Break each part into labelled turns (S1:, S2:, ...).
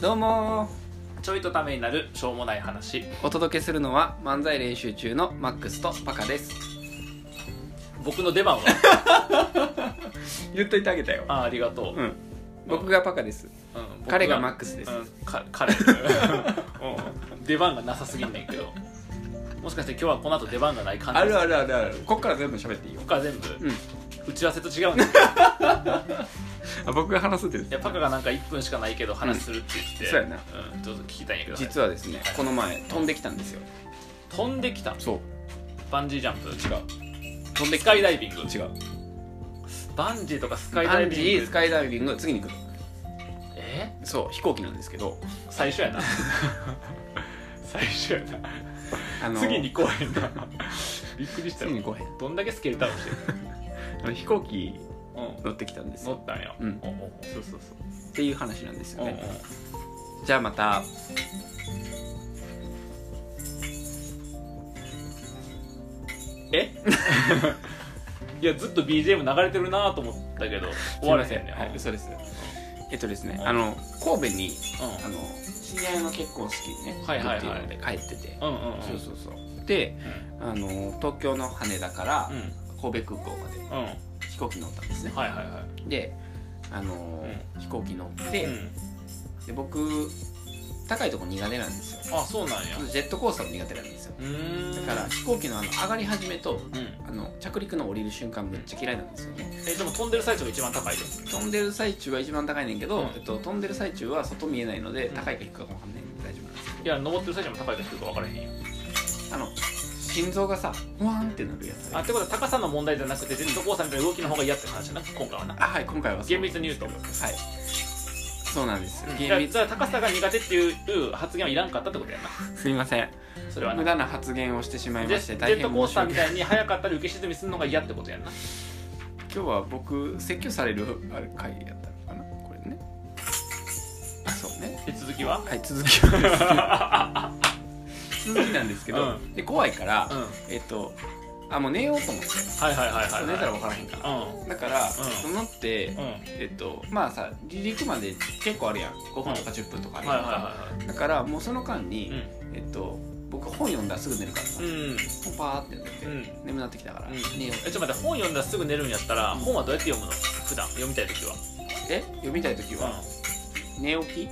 S1: どうも
S2: ちょいとためになるしょうもない話
S1: お届けするのは漫才練習中のマックスとパカです
S2: 僕の 出番は
S1: 言っといてあげたよ
S2: あありがとう、
S1: うん僕がパカです
S2: うん僕
S1: 彼がマックスです
S2: うんか彼 うん出番がなさすぎんねんけどもしかして今日はこの後出番がない感じ
S1: あるあ
S2: る
S1: るあるあるこっから全部喋っていいよ
S2: 他全部、
S1: うん
S2: 打ち合わせと違うんだよ
S1: あ僕が話すって
S2: いやパカがなんか1分しかないけど話するって言って、
S1: うんそうやな
S2: うんちょっと聞きたいんやけど
S1: 実はですねこの前飛んできたんですよ
S2: 飛んできた
S1: そう
S2: バンジージャンプ違
S1: 違う
S2: 飛んでスカイダイビング
S1: 違う
S2: バンジーとかスカイ
S1: バ
S2: ダイ
S1: ンジ
S2: ビン
S1: ー
S2: グ
S1: スカイダイビング次に来る
S2: え
S1: そう飛行機なんですけど
S2: 最初 やな最初やな
S1: あの
S2: 次に来へんなびっくりしたよ
S1: 次に来へん
S2: どんだけスケーターをしてる
S1: あの飛行機
S2: の
S1: 乗ってきたんです
S2: 乗
S1: よ
S2: ったんや
S1: うん
S2: おうおうそうそうそう
S1: っていう話なんですよ
S2: おう
S1: ねじゃあまた
S2: おうえ いやずっと BGM 流れてるなと思ったけど終わらへんね
S1: すいませんはい
S2: うん
S1: 嘘ですえっとですね
S2: うん
S1: あの神戸にあ
S2: う
S1: の知り合いの結婚式にね
S2: はいはいは
S1: 行っ
S2: い
S1: てるので帰ってて
S2: んうんうんうん
S1: そうそうそうであの東京の羽田から
S2: うん
S1: 神戸空港まで
S2: うん
S1: 飛行機乗ったんですね
S2: はいはいは
S1: であのー飛行機乗って、
S2: いうん
S1: で僕高いとこ苦手なんですよ
S2: あそうなんや
S1: ジェットコースターも苦手なんですよ
S2: うーん
S1: だから飛行機のあの上がり始めと
S2: うん
S1: あの着陸の降りる瞬間めっちゃ嫌いなんですよね
S2: えでも飛んでる最中が一番高いで
S1: 飛んでる最中は一番高いねんけど、
S2: うん
S1: えっと、飛んでる最中は外見えないので
S2: うん
S1: 高いか低いか分かんないんで大丈夫なんですよ
S2: いや登ってる最中も高いか低いか分からへんよ
S1: あの心臓がさふわーんってなるやつ
S2: あ
S1: あ
S2: ってことは高さの問題じゃなくてジェットコースターみたいな動きの方が嫌って話だな今回はな
S1: はい今回はそう
S2: 厳密に言うと
S1: はいそうなんです、
S2: うん
S1: 厳
S2: だ
S1: 密
S2: から高さが苦手っていう発言はいらんかったってことやな
S1: すいません
S2: それは
S1: 無
S2: な
S1: 駄な発言をしてしまい
S2: ジ
S1: ま
S2: ェ
S1: して
S2: ジェ
S1: 大
S2: ット
S1: 変
S2: コー
S1: 申
S2: ス
S1: し
S2: ター
S1: 訳
S2: み
S1: ない
S2: たいに速かったり浮き沈みするのが嫌ってことやんな
S1: 今日は僕説教されるあれ会やったのかなこれねあそうね
S2: で続きは
S1: はい続きは ですね続きなんですけど、
S2: う
S1: で怖いから、
S2: うんはい
S1: えっとあもう寝ようと思って
S2: はいはいはい
S1: 寝たら
S2: は
S1: 分からへんから
S2: い
S1: だから、
S2: う
S1: 乗って
S2: うんうん
S1: えっとまあさ離陸まで結構あるやん5分とか10分とかあるや
S2: はい
S1: ん
S2: はい
S1: か、
S2: は
S1: だからもうその間
S2: い
S1: に、
S2: はい
S1: えっと僕本読んだらすぐ寝るからさ、
S2: うんうん
S1: ポンパーって寝て、
S2: うん
S1: 眠なってきたから、
S2: うん
S1: 寝よう
S2: えちょっと待って本読んだらすぐ寝るんやったら本はどうやって読むの普段読みたい時は
S1: え読みたい時は、寝起き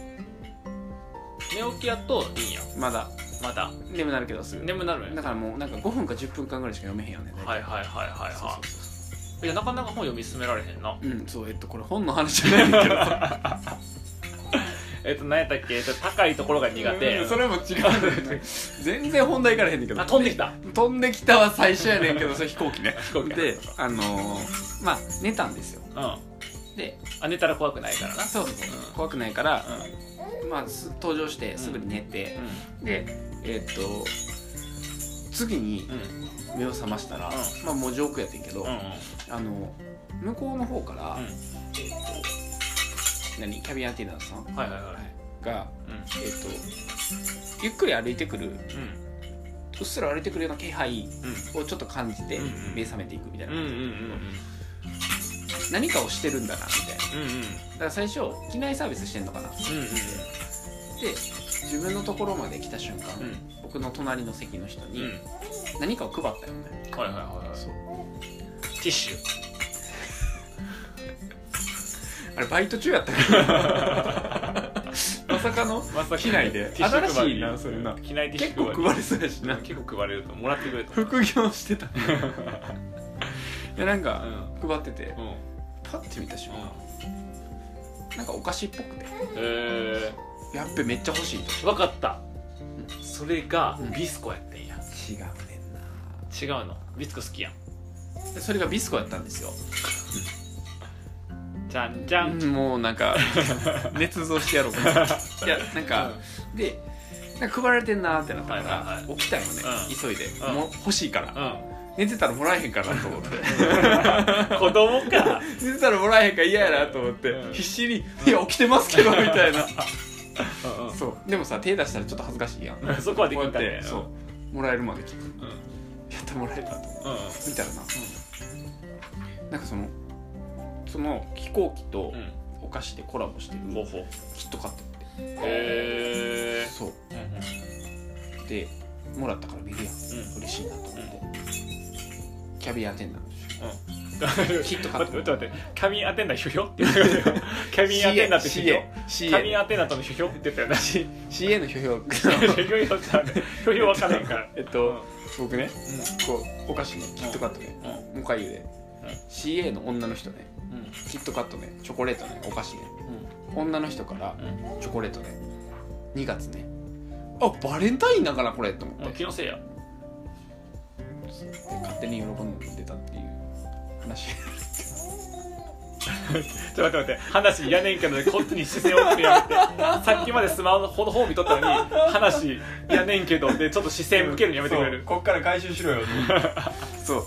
S2: 寝起きやといいんや
S1: まだ
S2: また
S1: 眠なるけどすぐ
S2: 眠なるん
S1: だ
S2: や
S1: からもうなんか5分か10分間ぐらいしか読めへんよね
S2: はいいはいはいはい
S1: そう
S2: は
S1: そうそう
S2: いいやなかなか本読み進められへんな
S1: うんそうえっとこれ本の話じゃないんだけどさ
S2: えっと何やったっけえっと高いところが 苦手
S1: うんそれも違うんだよね全然本題からへんねんけど
S2: あ飛んできた
S1: 飛んできたは最初やねんけどそれ飛行機ね
S2: 飛行機
S1: であのー、まあ寝たんですよ
S2: うんあ
S1: で
S2: 寝たら怖くないからな
S1: そうそうそう
S2: うん
S1: 怖くないから、
S2: うん
S1: まあ、す登場してすぐに寝て、でえーっと次に
S2: うんうん
S1: 目を覚ましたら、
S2: う
S1: まあもう上空やってんけど、
S2: うん
S1: あの向こうの方から、
S2: うん
S1: えーっと何キャビンアテンダントさん、
S2: はいはいはい
S1: が、
S2: うん
S1: えーっとゆっくり歩いてくる
S2: うん
S1: うっすら歩いてくるような気配
S2: うん
S1: をちょっと感じて
S2: うんうん
S1: 目覚めていくみたいな
S2: うんうん
S1: 感
S2: う
S1: じ
S2: んうん
S1: 何かをしてるんだなみたいな
S2: うんうん
S1: だから最初機内サービスしてんのかなで
S2: う
S1: 自分のところまで来た瞬間、
S2: んうん
S1: 僕の隣の席の人
S2: うんう
S1: に
S2: ん
S1: 何かを配ったよね、
S2: はいはいはいはい
S1: そう
S2: ティッシュ
S1: あれバイト中やったから まさかの
S2: まさか
S1: 機内で
S2: ティッシュ配り
S1: 新しいなそれな
S2: 機内ティッシ
S1: 結
S2: ュ
S1: 構配れそうやし
S2: り
S1: な
S2: 結構配れるともらってくれと
S1: 副業してたいやなん
S2: う
S1: か
S2: ん
S1: 配ってて
S2: うんうん
S1: パッて見た瞬間なんかお菓子っぽくて
S2: え
S1: やっべめっちゃ欲しいと
S2: ーわかった
S1: う
S2: それが
S1: うん
S2: ビスコやってんや
S1: 違うねんな
S2: 違うのビスコ好きやん
S1: それがビスコやったんですよ
S2: じゃんじゃんうん
S1: もうなん か捏造してやろうかないやなんか、でなんか配られてんなーってなったから、
S2: はいはいは
S1: 起きたよね、
S2: うん
S1: 急いで、
S2: うん
S1: もう欲しいから、寝てたらもらえへんかなと思って
S2: 子供か
S1: 寝てたらもらえへんから嫌やなと思って、
S2: うん
S1: 必死に「いや起きてます けど」みたいな
S2: うんうん
S1: そうでもさ手出したらちょっと恥ずかしいやん
S2: そこはでき
S1: こ
S2: ん
S1: うやっ
S2: かったんや
S1: て
S2: な
S1: そうもらえるまで来て
S2: うんうん
S1: やったもらえたと見たらな、なんかそのその飛行機と
S2: うん
S1: お菓子でコラボしてる
S2: ほうほう
S1: キットカットって
S2: へえ
S1: そう
S2: うんうん
S1: でもらったから見るやん嬉しいなと思って、キャビアアテンダント
S2: うん
S1: ヒットカッ
S2: 待
S1: ト
S2: って待って待ってキャビンアテンダー批評って言ったよねキャビンアテンダーって批評キャビン
S1: CA,
S2: アテンダーとの批評って言ったよね
S1: CA の批評
S2: 批評したね批評わかんない から
S1: えっと、僕ね
S2: う
S1: こうお菓子ねキットカットね、
S2: んうん
S1: もう一回言うで、
S2: うん
S1: CA の女の人ね
S2: うん
S1: キットカットねチョコレートねお菓子ね女の人から
S2: うん
S1: チョコレートね2月ねあバレンタインだからこれと思
S2: うんもう
S1: って
S2: 気のせいや
S1: 勝手に喜んでたっていう話
S2: ちょっと待って待って話いらねえけどこっちに視線を送るやめてさっきまでスマホの方見とったのに話いらねえけどでちょっと視線向けるのやめてくれる
S1: こっから回収しろよ そ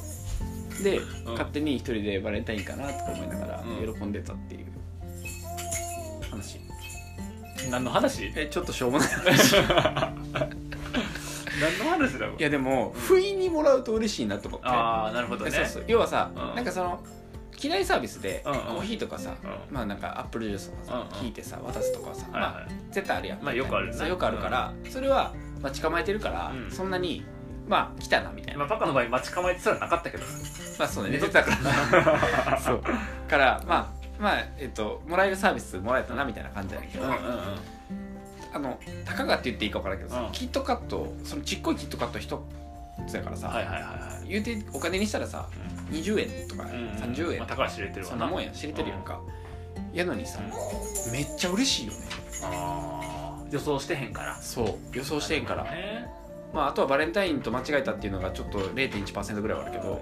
S1: うで、
S2: うん
S1: 勝手に一人でバレンタインかなとか思いながら
S2: うん
S1: 喜んでたっていう話、
S2: 何の話
S1: えちょっとしょうもない
S2: 何の話だろう
S1: いやでも不意にもらうと嬉しいなと思って
S2: ああなるほどね
S1: そうそう要はさ、
S2: うん
S1: なんかその機内サービスでコ
S2: うんうん
S1: ーヒーとかさ、
S2: うん
S1: まあなんかアップルジュースとかさ、
S2: うんうん
S1: 引いてさ渡すとかはさ、
S2: はい
S1: ま
S2: は
S1: あ
S2: い
S1: 絶対あるやん
S2: まあよくあるね
S1: そうよくあるから、それは待ち構えてるから、
S2: うん
S1: そんなにまあ来たなみたいな、
S2: まあ、パパの場合待ち構えてすらなかったけど
S1: まあそうね寝てたから なそうからまあまあえっともらえるサービスもらえたなみたいな感じだけど、
S2: うん
S1: あのたかがって言っていいか分からんけどさ、
S2: うん
S1: キットカットそのちっこいキットカット一つやからさ、
S2: はいはいはいはい
S1: 言うてお金にしたらさ20円とか
S2: うん
S1: 30円
S2: ま
S1: と
S2: あ、
S1: か
S2: 高橋入れてるわ
S1: そんなもんや知れてるやんか、やのにさ、めっちゃ嬉しいよね
S2: ああ予想してへんから
S1: そう予想してんから、
S2: ね
S1: まあ、あとはバレンタインと間違えたっていうのがちょっと0.1%ぐらいはあるけど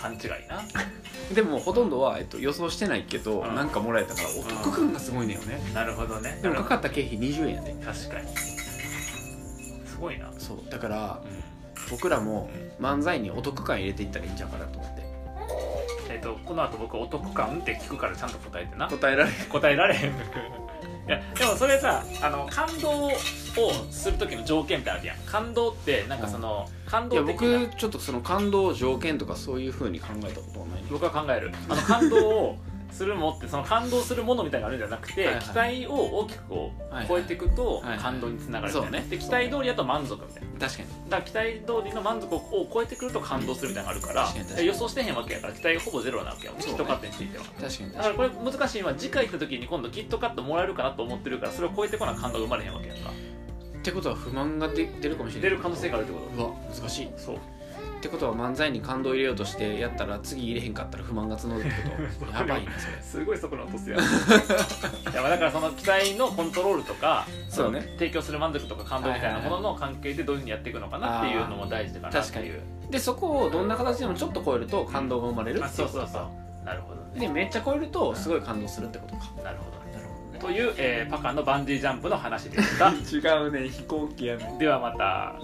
S2: 勘違いな
S1: でもほとんどは、えっと、予想してないけど、
S2: うん
S1: なんかもらえたからお得感がすごいのよね、
S2: なるほどね
S1: でもかかった経費20円やで
S2: 確かにすごいな
S1: そうだから
S2: うん
S1: 僕らも漫才にお得感入れていったらいいんちゃうかなと思って
S2: えっとこの後僕お得感って聞くからちゃんと答えてな
S1: 答えられる
S2: 答えられへんのく いやでもそれさあの感動をする時の条件ってあるやん感動ってなんかその、感
S1: いや
S2: 動的な
S1: 僕ちょっとその感動条件とかそういうふうに考えたことはないね
S2: 僕は考えるあの感動をするもってその感動するものみたいなのがあるんじゃなくて
S1: はいはい
S2: 期待を大きくこ
S1: はいう
S2: 超えていくと
S1: はいはい
S2: 感動につながるみたい
S1: そ
S2: な、
S1: うね
S2: で期待通りだと満足みたいな
S1: 確かに
S2: だから期待通りの満足を超えてくると感動するみたいなのがあ
S1: 確
S2: る
S1: かに
S2: か
S1: 確
S2: ら
S1: かに
S2: 予想してへんわけやから期待ほぼゼロなわけやもん、
S1: そう
S2: き
S1: ね
S2: っと勝手については
S1: 確かに確
S2: だか
S1: から
S2: これ難しいのは次回行った時に今度キットカットもらえるかなと思ってるからそれを超えてこな感動が生まれへんわけやんか
S1: にってことは不満が出出るかもしれな
S2: 出
S1: い
S2: る可能性があるってこ
S1: うわ難しい
S2: とそう
S1: ってことは漫才に感動を入れようとしてやったら次入れへんかったら不満が募るってこ とやばいなそれ
S2: すごい速度落と すやんいやまあだからその期待のコントロールとか
S1: そうね
S2: 提供する満足とか感動みたいなものの関係でどういうふうにやっていくのかなっていうのも大事だからっていう
S1: でそこをどんな形でもちょっと超えると感動が生まれる
S2: あ
S1: ってい
S2: そうう
S1: こ
S2: そ
S1: と
S2: うそうなるほどね
S1: でめっちゃ超えるとすごい感動するってことか
S2: なるほどね という、えーパカのバンジージャンプの話でした
S1: 違うね飛行機やね
S2: ではまた